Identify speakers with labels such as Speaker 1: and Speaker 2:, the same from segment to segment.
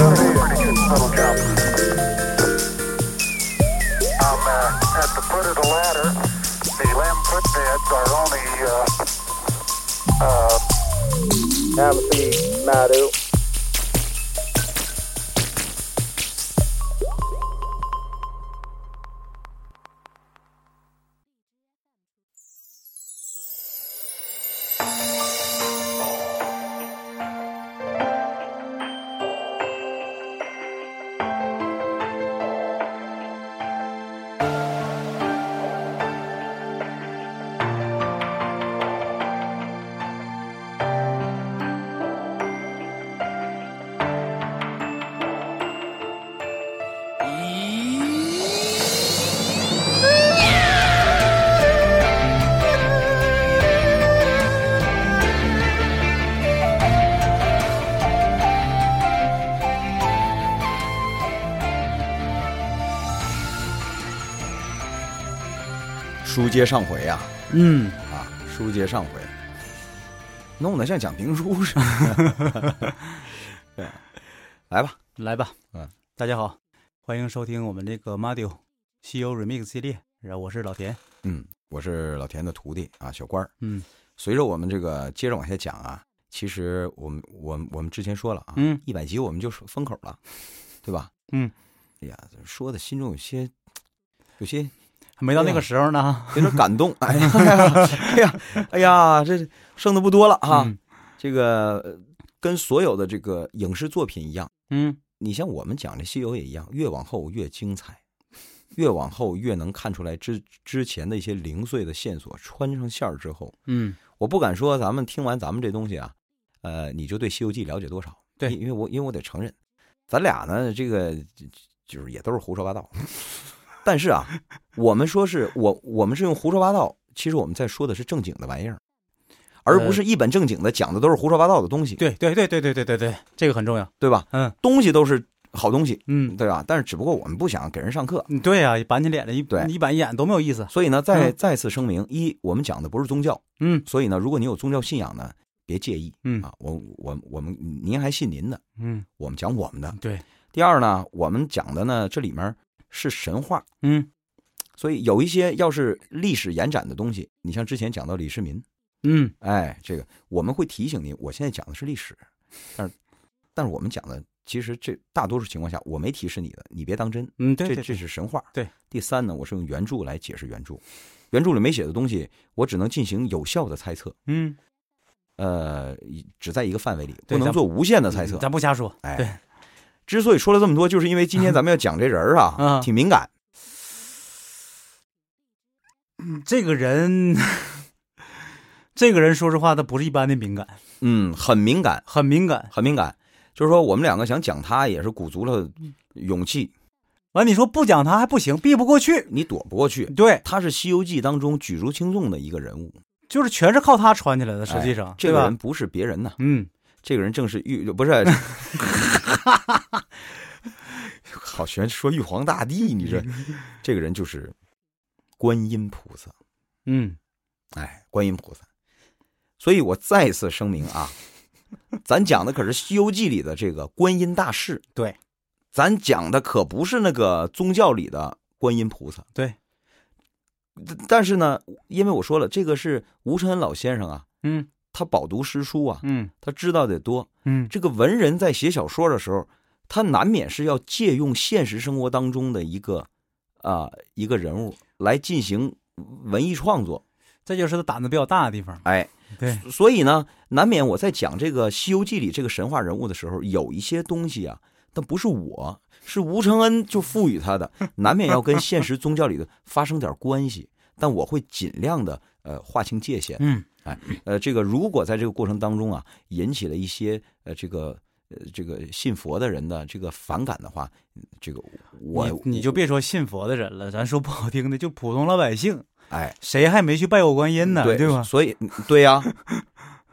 Speaker 1: uh, quit bids are only, uh, uh, Amity, Madu,
Speaker 2: 书接上回呀、
Speaker 3: 嗯，
Speaker 2: 啊，书接上回，弄得像讲评书似的。 来吧，
Speaker 3: 来吧，
Speaker 2: 嗯，
Speaker 3: 大家好，欢迎收听我们这个 Madio 西游 Remix 系列，然后我是老田，
Speaker 2: 嗯，我是老田的徒弟啊，小官儿。
Speaker 3: 嗯
Speaker 2: 随着我们这个接着往下讲啊，其实我们我们我们之前说了啊，
Speaker 3: 嗯
Speaker 2: 一百集我们就封口了，对吧？
Speaker 3: 嗯，
Speaker 2: 哎呀，说的心中有些有些
Speaker 3: 还没到那个时候呢，
Speaker 2: 有点感动，哎呀，哎呀，哎呀，这剩的不多了啊。
Speaker 3: 嗯
Speaker 2: 这个呃跟所有的这个影视作品一样，
Speaker 3: 嗯，
Speaker 2: 你像我们讲的《西游》也一样，越往后越精彩，越往后越能看出来之之前的一些零碎的线索穿上线儿之后，
Speaker 3: 嗯，
Speaker 2: 我不敢说咱们听完咱们这东西啊，呃，你就对《西游记》了解多少？
Speaker 3: 对
Speaker 2: 因因为我因为我得承认，咱俩呢，这个就就是也都是胡说八道。 但是啊，我们说是我我们是用胡说八道，其实我们在说的是正经的玩意儿，而不是一本正经的讲的都是胡说八道的东西，
Speaker 3: 呃对对对对对对对对，这个很重要，
Speaker 2: 对吧？
Speaker 3: 嗯
Speaker 2: 东西都是好东西，
Speaker 3: 嗯，
Speaker 2: 对吧？但是只不过我们不想给人上课，
Speaker 3: 嗯对呀、板起脸来一
Speaker 2: 对
Speaker 3: 一板一眼多没有意思，
Speaker 2: 所以呢，再
Speaker 3: 嗯
Speaker 2: 再次声明：一，我们讲的不是宗教，
Speaker 3: 嗯
Speaker 2: 所以呢，如果您有宗教信仰呢，别介意
Speaker 3: 嗯
Speaker 2: 啊。我我我们您还信您的，
Speaker 3: 嗯，
Speaker 2: 我们讲我们的。
Speaker 3: 对，
Speaker 2: 第二呢，我们讲的呢，这里面是神话，
Speaker 3: 嗯
Speaker 2: 所以有一些要是历史延展的东西，你像之前讲到李世民，
Speaker 3: 嗯
Speaker 2: 哎，这个我们会提醒您，我现在讲的是历史，但是但是我们讲的其实这大多数情况下我没提示你的，你别当真，
Speaker 3: 嗯，对
Speaker 2: 这
Speaker 3: 对
Speaker 2: 这
Speaker 3: 对，
Speaker 2: 是神话。
Speaker 3: 对，
Speaker 2: 第三呢，我是用原著来解释原著，原著里没写的东西，我只能进行有效的猜测，
Speaker 3: 嗯，
Speaker 2: 呃，一只在一个范围里，不
Speaker 3: 对
Speaker 2: 能
Speaker 3: 咱
Speaker 2: 做无限的猜测。
Speaker 3: 嗯咱不瞎说，
Speaker 2: 哎
Speaker 3: 对，
Speaker 2: 之所以说了这么多，就是因为今 天咱们要讲这人儿啊，
Speaker 3: 嗯
Speaker 2: 挺敏感。
Speaker 3: 这个人， 这个人说实话，他不是一般的敏感，
Speaker 2: 嗯，很敏感，
Speaker 3: 很敏感。
Speaker 2: 很敏感。就是说，我们两个想讲他，也是鼓足了勇气，
Speaker 3: 完，你说不讲他还不行，避不过去。
Speaker 2: 你躲不过去。
Speaker 3: 对，
Speaker 2: 他是《西游记》当中举足轻重的一个人物，
Speaker 3: 就是全是靠他穿起来的，实际上，
Speaker 2: 哎这
Speaker 3: 对
Speaker 2: 个
Speaker 3: 吧
Speaker 2: 人？不是别人呐，
Speaker 3: 嗯，
Speaker 2: 这个人正是玉，不是。 好悬，说玉皇大帝，你 这，这个人就是观音菩萨，
Speaker 3: 嗯，
Speaker 2: 哎，观音菩萨。所以我再次声明啊，咱讲的可是《西游记》里的这个观音大士，
Speaker 3: 对，
Speaker 2: 咱讲的可不是那个宗教里的观音菩萨。
Speaker 3: 对
Speaker 2: 但，但是呢，因为我说了，这个是吴承恩老先生啊，
Speaker 3: 嗯
Speaker 2: 他饱读诗书啊，
Speaker 3: 嗯
Speaker 2: 他知道得多。
Speaker 3: 嗯，
Speaker 2: 这个文人在写小说的时候，他难免是要借用现实生活当中的一个啊、一个人物来进行文艺创作。
Speaker 3: 这就是他胆子比较大的地方。
Speaker 2: 哎，
Speaker 3: 对，
Speaker 2: 所以呢，难免我在讲这个《西游记》里这个神话人物的时候，有一些东西啊，那不是我，是吴承恩就赋予 他的，难免要跟现实宗教里的发生点关系。但我会尽量的呃划清界限。
Speaker 3: 嗯
Speaker 2: 呃，这个如果在这个过程当中啊，引起了一些呃这个呃这个信佛的人的这个反感的话，嗯这个我
Speaker 3: 你你就别说信佛的人了，咱说不好听的，就普通老百姓，
Speaker 2: 哎
Speaker 3: 谁还没去拜过观音呢？
Speaker 2: 对
Speaker 3: 对吧？
Speaker 2: 所以对呀、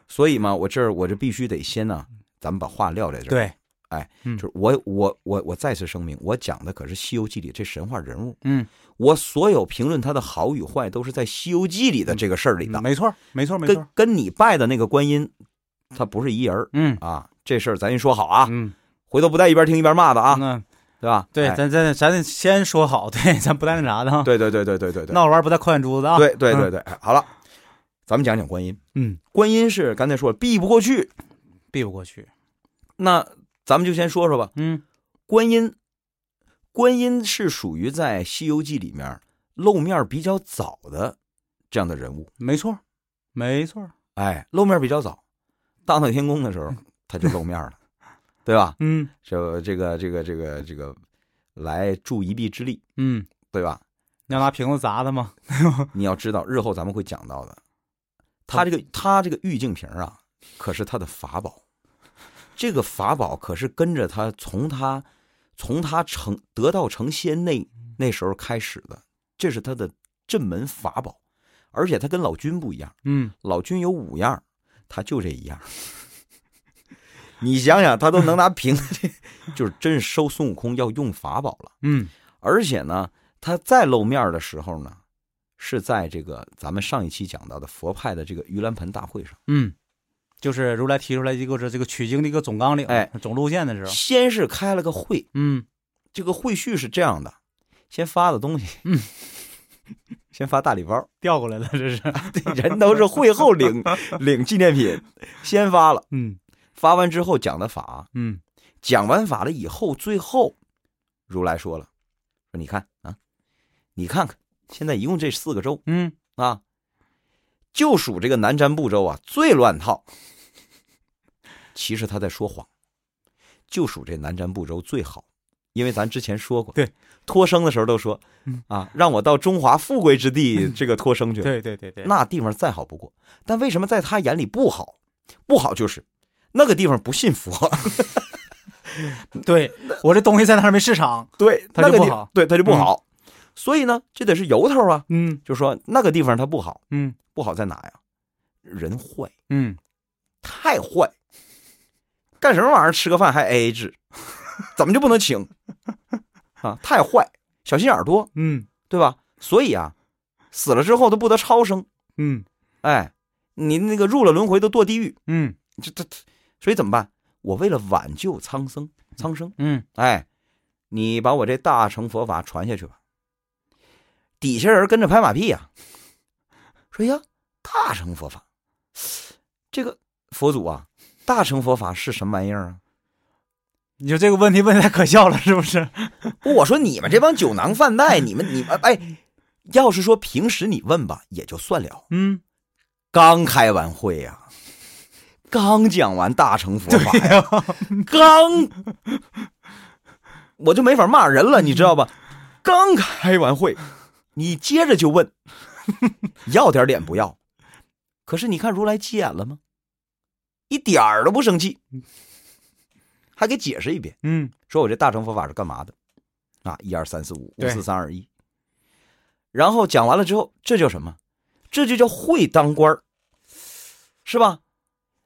Speaker 2: 所以嘛，我这儿我这必须得先呢、咱们把话撂在这儿。
Speaker 3: 对，
Speaker 2: 就是我我我我再次声明，我讲的可是《西游记》里这神话人物，
Speaker 3: 嗯，
Speaker 2: 我所有评论他的好与坏都是在《西游记》里的这个事儿里的，
Speaker 3: 嗯没错，没错，没
Speaker 2: 跟
Speaker 3: 错。
Speaker 2: 跟你拜的那个观音，他不是一人儿
Speaker 3: 嗯
Speaker 2: 啊。这事儿咱先说好啊，
Speaker 3: 嗯
Speaker 2: 回头不带一边听一边骂的啊。
Speaker 3: 嗯，
Speaker 2: 对吧？
Speaker 3: 对，
Speaker 2: 哎
Speaker 3: 咱咱咱得先说好，对，咱不带那啥的哈。啊
Speaker 2: 对对对对对对对，
Speaker 3: 闹着玩不带扣眼珠子啊。
Speaker 2: 对对对对，哎好了，咱们讲讲观音。
Speaker 3: 嗯，
Speaker 2: 观音是刚才说了避不过去，
Speaker 3: 避不过去。
Speaker 2: 那咱们就先说说吧。
Speaker 3: 嗯，
Speaker 2: 观音，观音是属于在《西游记》里面露面比较早的这样的人物。
Speaker 3: 没错，没错。
Speaker 2: 哎，露面比较早，大闹天宫的时候他就露面了，对吧？
Speaker 3: 嗯
Speaker 2: 这这个这个这个这个来助一臂之力，
Speaker 3: 嗯，
Speaker 2: 对吧？
Speaker 3: 你要拿瓶子砸他吗？
Speaker 2: 你要知道，日后咱们会讲到的，他这个他这个玉净瓶啊，可是他的法宝，这个法宝可是跟着他从他从他成得道成仙那那时候开始的，这是他的镇门法宝，而且他跟老君不一样，
Speaker 3: 嗯，
Speaker 2: 老君有五样，他就这一样。 你想想，他都能拿瓶子， 就是真收孙悟空要用法宝了。
Speaker 3: 嗯，
Speaker 2: 而且呢，他再露面的时候呢，是在这个咱们上一期讲到的佛派的这个盂兰盆大会上，
Speaker 3: 嗯，就是如来提出来一个这这个取经的一个总纲领，
Speaker 2: 哎，
Speaker 3: 总路线的时候，
Speaker 2: 先是开了个会，
Speaker 3: 嗯
Speaker 2: 这个会序是这样的，先发的东西，
Speaker 3: 嗯，
Speaker 2: 先发大礼包，
Speaker 3: 调过来了，这是，
Speaker 2: 人都是会后领领纪念品，先发了，
Speaker 3: 嗯
Speaker 2: 发完之后讲的法，
Speaker 3: 嗯
Speaker 2: 讲完法了以后，最后如来说了，说你看啊，你看看，现在一共这四个州，
Speaker 3: 嗯，
Speaker 2: 啊，就属这个南瞻部洲啊最乱套。其实他在说谎，就属这南瞻部洲最好，因为咱之前说过，
Speaker 3: 对，
Speaker 2: 托生的时候都说
Speaker 3: 嗯，
Speaker 2: 啊，让我到中华富贵之地这个托生去，
Speaker 3: 对对对对，
Speaker 2: 那地方再好不过。但为什么在他眼里不好？不好就是那个地方不信 佛，
Speaker 3: 对我这东西在那儿没市场，
Speaker 2: 对，
Speaker 3: 他
Speaker 2: 那
Speaker 3: 就
Speaker 2: 个
Speaker 3: 不
Speaker 2: 地
Speaker 3: 好
Speaker 2: 对他就不好。所以呢，这得是由头啊，
Speaker 3: 嗯
Speaker 2: 就说那个地方它不好，
Speaker 3: 嗯
Speaker 2: 不好在哪呀？人坏。
Speaker 3: 嗯，
Speaker 2: 太坏，干什么玩意儿？吃个饭还 A A 制， 怎么就不能请啊？太坏，小心眼儿多，
Speaker 3: 嗯
Speaker 2: 对吧？所以啊，死了之后都不得超生，
Speaker 3: 嗯
Speaker 2: 哎，你那个入了轮回都堕地狱，
Speaker 3: 嗯
Speaker 2: 这这，这所以怎么办？我为了挽救苍生，苍生，
Speaker 3: 嗯
Speaker 2: 哎，你把我这大乘佛法传下去吧。底下人跟着拍马屁呀、说呀，大乘佛法，这个佛祖啊，大乘佛法是什么玩意儿啊？
Speaker 3: 你就这个问题问的太可笑了，是不是？
Speaker 2: 不，我说你们这帮酒囊饭袋，你们你们哎，要是说平时你问吧，也就算了。
Speaker 3: 嗯，
Speaker 2: 刚开完会呀、刚讲完大乘佛法呀，
Speaker 3: 呀，
Speaker 2: 刚，我就没法骂人了，你知道吧？刚开完会，你接着就问，要点脸不要？可是你看如来急眼了吗？一点儿都不生气，还给解释一遍，
Speaker 3: 嗯
Speaker 2: 说我这大乘佛法是干嘛的？啊，一二三四五，五
Speaker 3: 对
Speaker 2: 四三二一。然后讲完了之后，这叫什么？这就叫会当官儿，是吧？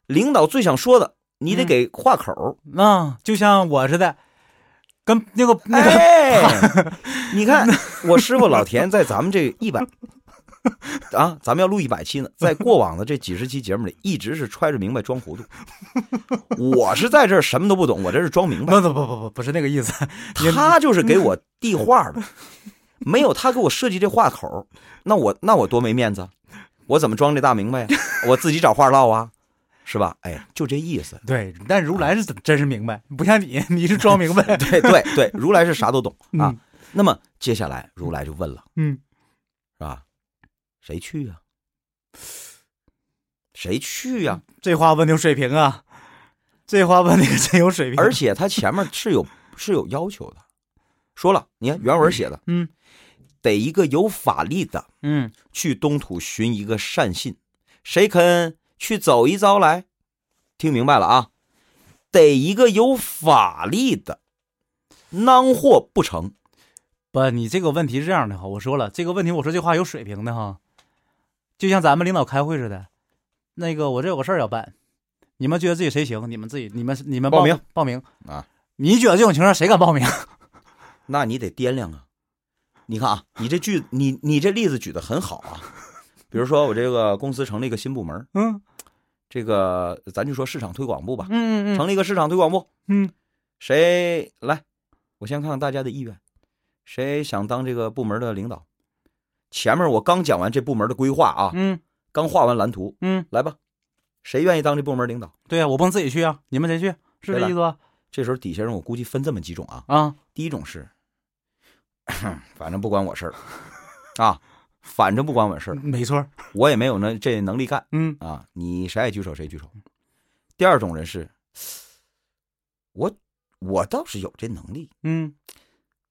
Speaker 2: 领导最想说的，你得
Speaker 3: 嗯
Speaker 2: 给话口儿。
Speaker 3: 那就像我似的，跟那个那个，
Speaker 2: 哎，你 看我师傅老田在咱们这一百啊，咱们要录一百期呢，在过往的这几十期节目里，一直是揣着明白装糊涂。我是在这儿什么都不懂，我这是装明白。
Speaker 3: 不不不不不，不是那个意思，也嗯
Speaker 2: 他就是给我递话的，没有他给我设计这话口儿，那我那我多没面子啊，我怎么装这大明白呀？我自己找话唠啊，是吧？哎，就这意思。
Speaker 3: 对，但如来是真真是明白，不像你，你是装明白，
Speaker 2: 对对对，如来是啥都懂啊。
Speaker 3: 嗯
Speaker 2: 那么接下来如来就问了。
Speaker 3: 嗯
Speaker 2: 是吧？谁去呀、谁去呀、
Speaker 3: 这话问的有水平啊，这话问的可真有水平。啊
Speaker 2: 而且他前面是有是有要求的，说了，你看原文写的，
Speaker 3: 嗯
Speaker 2: 得一个有法力的
Speaker 3: 嗯
Speaker 2: 去东土寻一个善信，谁肯去走一遭来？听明白了啊？得一个有法力的，囊货不成。
Speaker 3: 不，你这个问题是这样的哈，我说了这个问题，我说这话有水平的哈，就像咱们领导开会似的，那个我这有个事儿要办，你们觉得自己谁行？你们自己，你们你们
Speaker 2: 报
Speaker 3: 报
Speaker 2: 名
Speaker 3: 报名
Speaker 2: 啊？
Speaker 3: 你觉得这种情况谁敢报名？
Speaker 2: 那你得掂量啊。你看啊，你这句你你这例子举的很好啊。比如说我这个公司成立一个新部门，
Speaker 3: 嗯
Speaker 2: 这个咱就说市场推广部吧，
Speaker 3: 嗯嗯
Speaker 2: 成立一个市场推广部，
Speaker 3: 嗯
Speaker 2: 谁来？我先看看大家的意愿，谁想当这个部门的领导？前面我刚讲完这部门的规划啊，
Speaker 3: 嗯
Speaker 2: 刚画完蓝图，
Speaker 3: 嗯，
Speaker 2: 来吧，谁愿意当这部门领导？
Speaker 3: 对呀、我不能自己去啊，你们谁去？是
Speaker 2: 谁
Speaker 3: 这
Speaker 2: 来
Speaker 3: 意思吧？
Speaker 2: 这时候底下人我估计分这么几种啊，
Speaker 3: 啊，
Speaker 2: 第一种是， 反正不关我事 儿啊，反正不关我事儿，
Speaker 3: 没错儿，
Speaker 2: 我也没有那这能力干
Speaker 3: 嗯
Speaker 2: 啊，你谁爱举手谁举手。第二种人是，我我倒是有这能力，
Speaker 3: 嗯，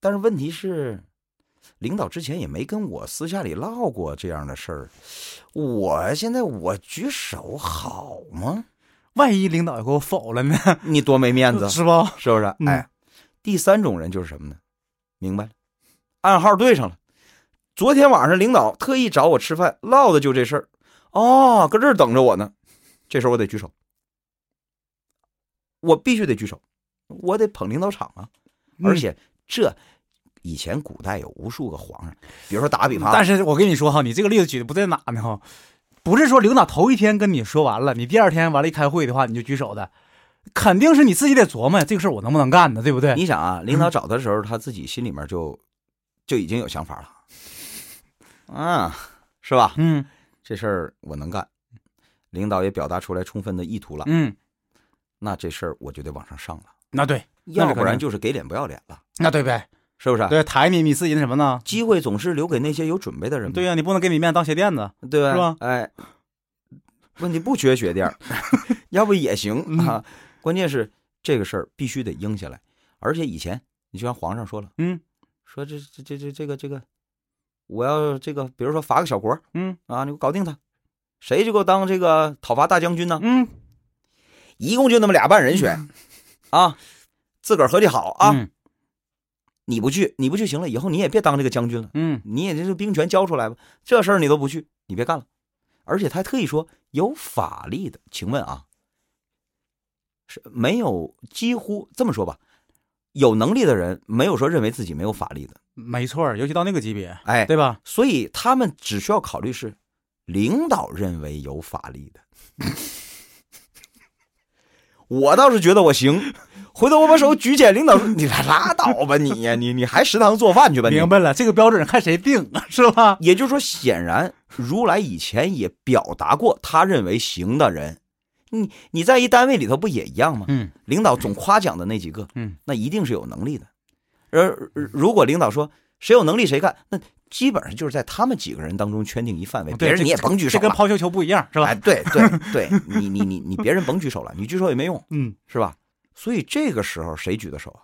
Speaker 2: 但是问题是，领导之前也没跟我私下里唠过这样的事儿，我现在我举手好吗？
Speaker 3: 万一领导要给我否了呢？，
Speaker 2: 你多没面子
Speaker 3: 是吧？
Speaker 2: 是不是？
Speaker 3: 嗯
Speaker 2: 哎，第三种人就是什么呢？明白了，暗号对上了。昨天晚上领导特意找我吃饭，唠的就这事儿。哦，搁这儿等着我呢。这时候我得举手，我必须得举手，我得捧领导场啊。
Speaker 3: 嗯
Speaker 2: 而且这以前古代有无数个皇上，比如说打个比方啊，
Speaker 3: 但是我跟你说哈，你这个例子举的不在哪呢哈，不是说领导头一天跟你说完了，你第二天完了，一开会的话你就举手的，肯定是你自己得琢磨呀这个事儿我能不能干呢，对不对？
Speaker 2: 你想啊，领
Speaker 3: 嗯
Speaker 2: 导找他的时候，他自己心里面就就已经有想法了， 啊，是吧？
Speaker 3: 嗯
Speaker 2: 这事儿我能干，领导也表达出来充分的意图了，
Speaker 3: 嗯，
Speaker 2: 那这事儿我就得往上上了，
Speaker 3: 那对，那是
Speaker 2: 要
Speaker 3: 肯定
Speaker 2: 不然就是给脸不要脸了，
Speaker 3: 那对呗，
Speaker 2: 是不是？
Speaker 3: 对，抬你你自己那什么呢？
Speaker 2: 机会总是留给那些有准备的人嘛，
Speaker 3: 对呀、你不能给你面当鞋垫子。
Speaker 2: 对吧？
Speaker 3: 是吧
Speaker 2: 哎，问题不缺鞋垫 儿，要不也
Speaker 3: 嗯
Speaker 2: 行啊。关键是这个事儿必须得应下来，而且以前你就像皇上说了，
Speaker 3: 嗯，
Speaker 2: 说这这这这这个这个，我要这个，比如说罚个小国，
Speaker 3: 嗯
Speaker 2: 啊，你给我搞定他，谁就给我当这个讨伐大将军呢？
Speaker 3: 嗯
Speaker 2: 一共就那么俩半人选，啊，自个儿合计好啊，
Speaker 3: 嗯
Speaker 2: 你不去，你不去行了，以后你也别当这个将军了，
Speaker 3: 嗯
Speaker 2: 你也就是兵权交出来吧，这事儿你都不去，你别干了。而且他还特意说有法力的，请问啊，是没有几乎这么说吧？有能力的人没有说认为自己没有法力的，
Speaker 3: 没错儿，尤其到那个级别，
Speaker 2: 哎，
Speaker 3: 对吧？
Speaker 2: 所以他们只需要考虑是领导认为有法力的。 我倒是觉得我行，回头我把手举起来，领导说：“你拉倒吧你呀，你你还食堂做饭去吧你
Speaker 3: 明。白了，这个标准看谁定 是吧”？
Speaker 2: 也就是说，显然如来以前也表达过他认为行的人。你你在一单位里头不也一样吗？
Speaker 3: 嗯
Speaker 2: 领导总夸奖的那几个，
Speaker 3: 嗯，
Speaker 2: 那一定是有能力的。而如果领导说谁有能力谁干，那基本上就是在他们几个人当中圈定一范围，
Speaker 3: 哦
Speaker 2: 别
Speaker 3: 对
Speaker 2: 人
Speaker 3: 这
Speaker 2: 你也甭举手
Speaker 3: 这跟
Speaker 2: 了。
Speaker 3: 抛绣球不一样是吧
Speaker 2: 哎，？对 对对，你你你你别人甭举手了，你举手也没用，
Speaker 3: 嗯，
Speaker 2: 是吧？所以这个时候谁举的手啊？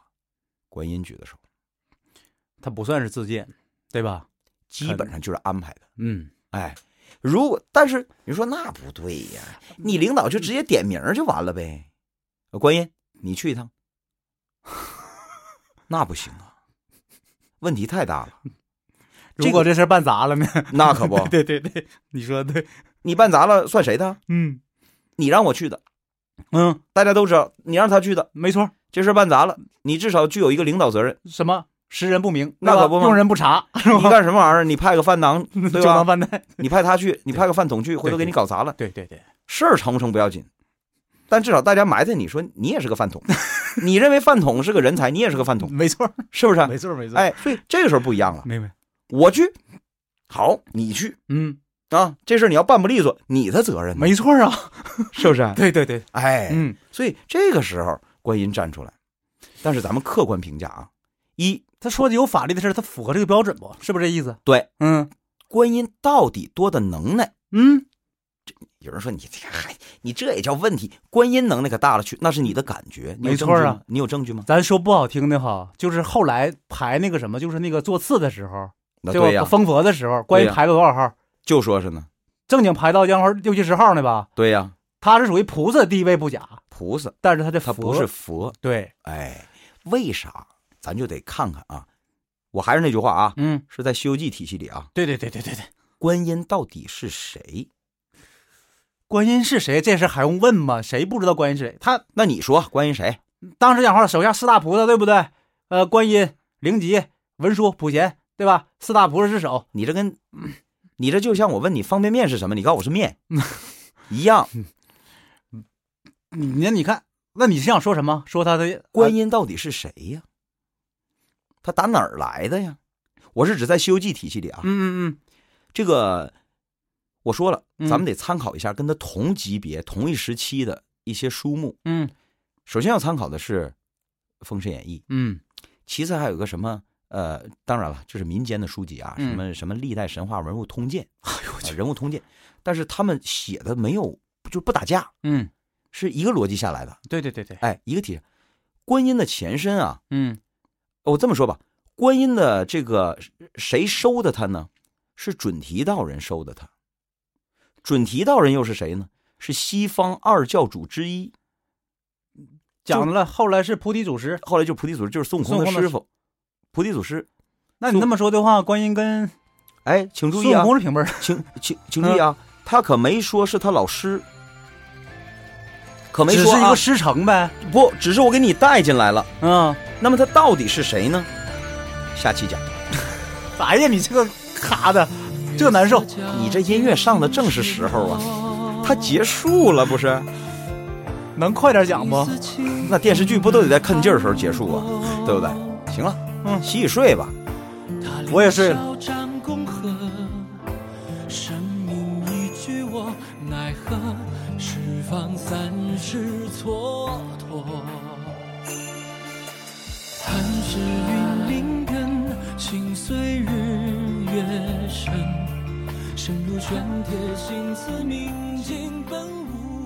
Speaker 2: 观音举的手，
Speaker 3: 他不算是自荐，对吧？
Speaker 2: 基本上就是安排的。
Speaker 3: 嗯，
Speaker 2: 哎，如果但是你说那不对呀，
Speaker 3: 嗯
Speaker 2: 你领导就直接点名儿就完了呗。呃观音，你去一趟，那不行啊，问题太大了。这个
Speaker 3: 如果这事儿办砸了呢？，
Speaker 2: 那可不
Speaker 3: 对对对，你说的对，
Speaker 2: 你办砸了算谁的？
Speaker 3: 嗯
Speaker 2: 你让我去的，
Speaker 3: 嗯，
Speaker 2: 大家都知道，你让他去的，
Speaker 3: 没错儿，
Speaker 2: 这事儿办砸了，你至少具有一个领导 责任。
Speaker 3: 什么识人不明，
Speaker 2: 那
Speaker 3: 对吧
Speaker 2: 可不嘛
Speaker 3: 用人不察，
Speaker 2: 你干什么玩意儿？你派个饭堂，
Speaker 3: 就
Speaker 2: 对
Speaker 3: 当
Speaker 2: 吧？
Speaker 3: 饭袋。
Speaker 2: 你派他去，你派个饭桶去，回头给你搞砸了，
Speaker 3: 对对对，
Speaker 2: 事儿成不成不要紧，但至少大家埋汰你说你也是个饭 桶，你认为饭桶是个人才，你也是个饭桶，
Speaker 3: 没错儿，
Speaker 2: 是不是？
Speaker 3: 啊没错儿，没错儿，
Speaker 2: 哎，所以这个时候不一样了，
Speaker 3: 明白？
Speaker 2: 我去，好，你去
Speaker 3: 嗯，
Speaker 2: 啊，这事儿你要办不利索，你的责任呢
Speaker 3: 没错 儿啊，
Speaker 2: 是不是？
Speaker 3: 对对对，
Speaker 2: 哎，
Speaker 3: 嗯
Speaker 2: 所以这个时候观音站出来，但是咱们客观评价啊，一
Speaker 3: 他说的有法律的事儿，他符合这个标准不？是不是这意思？
Speaker 2: 对，
Speaker 3: 嗯
Speaker 2: 观音到底多的能耐？
Speaker 3: 嗯，
Speaker 2: 有人说你这嗨，你这也叫问题？观音能耐可大了去，那是你的感觉，你有
Speaker 3: 没
Speaker 2: 证
Speaker 3: 错
Speaker 2: 据
Speaker 3: 啊
Speaker 2: 吗，你有证据吗？
Speaker 3: 咱说不好听的哈，就是后来排那个什么，就是那个座次的时候，
Speaker 2: 那
Speaker 3: 吧？
Speaker 2: 对呀、
Speaker 3: 封佛的时候，关于
Speaker 2: 对呀
Speaker 3: 排到多少号，
Speaker 2: 就说是呢，
Speaker 3: 正经排到将号六七十号呢吧？
Speaker 2: 对呀、
Speaker 3: 他是属于菩萨地位不假，
Speaker 2: 菩萨
Speaker 3: 但是他的
Speaker 2: 他
Speaker 3: 佛
Speaker 2: 不是佛，
Speaker 3: 对，
Speaker 2: 哎，为啥？咱就得看看啊。我还是那句话啊，
Speaker 3: 嗯，
Speaker 2: 是在《西游记》体系里啊，
Speaker 3: 对对对对对对。
Speaker 2: 观音到底是谁？
Speaker 3: 观音是谁？这事还用问吗？谁不知道观音是谁？他
Speaker 2: 那你说观音谁？
Speaker 3: 当时讲话手下四大菩萨，对不对？呃，观音、灵吉、文殊、普贤，对吧？四大菩萨之首。
Speaker 2: 你这跟，你这就像我问你方便面是什么，你告诉我是面， 一样。
Speaker 3: 啊你那你看，那你是想说什么？说他的啊
Speaker 2: 观
Speaker 3: 音、
Speaker 2: 音到底是谁呀、他打哪儿来的呀？我是指在《西游记》体系里啊，
Speaker 3: 嗯嗯
Speaker 2: 这个我说了，
Speaker 3: 嗯
Speaker 2: 咱们得参考一下跟他同级别、同一时期的一些书目。
Speaker 3: 嗯
Speaker 2: 首先要参考的是《封神演义》，
Speaker 3: 嗯
Speaker 2: 其次还有个什么？呃，当然了，这是民间的书籍啊，
Speaker 3: 嗯
Speaker 2: 什么什么历代神话文物通鉴，哎呦我去，人物通鉴，但是他们写的没有就不打架，
Speaker 3: 嗯，
Speaker 2: 是一个逻辑下来的，
Speaker 3: 对对对对，
Speaker 2: 哎，一个体系。观音的前身啊，哦
Speaker 3: 嗯
Speaker 2: 我这么说吧，观音的这个谁收的他呢？是准提道人收的他。准提道人又是谁呢？是西方二教主之一，
Speaker 3: 讲了，后来是菩提祖师。
Speaker 2: 后来就菩提祖师，就是孙悟空的
Speaker 3: 孙悟空的
Speaker 2: 师傅，菩提祖师。
Speaker 3: 那你
Speaker 2: 就
Speaker 3: 那么说的话，观音跟
Speaker 2: 哎，请注
Speaker 3: 孙
Speaker 2: 意啊
Speaker 3: 悟，空是平辈儿。
Speaker 2: 请请请注意啊，他可没说是他老师，可没说
Speaker 3: 只是一
Speaker 2: 啊
Speaker 3: 个，师承呗。
Speaker 2: 不，只是我给你带进来了。
Speaker 3: 嗯，
Speaker 2: 那么他到底是谁呢？下期 讲。
Speaker 3: 哎呀，你这个卡的，这个难受。
Speaker 2: 你这音乐上的正是时候
Speaker 4: 哦
Speaker 2: 啊，它结束了不是？
Speaker 3: 能快点讲不？
Speaker 2: 那电视剧不都得在看劲儿的时候结束啊，对不对？行了，
Speaker 3: 嗯
Speaker 2: 洗洗睡吧。
Speaker 3: 我也睡了。
Speaker 4: 张弓和生命一句我奈何，释放三世蹉跎。寒是云林根，情随日月深，深入玄铁，心思明镜本无。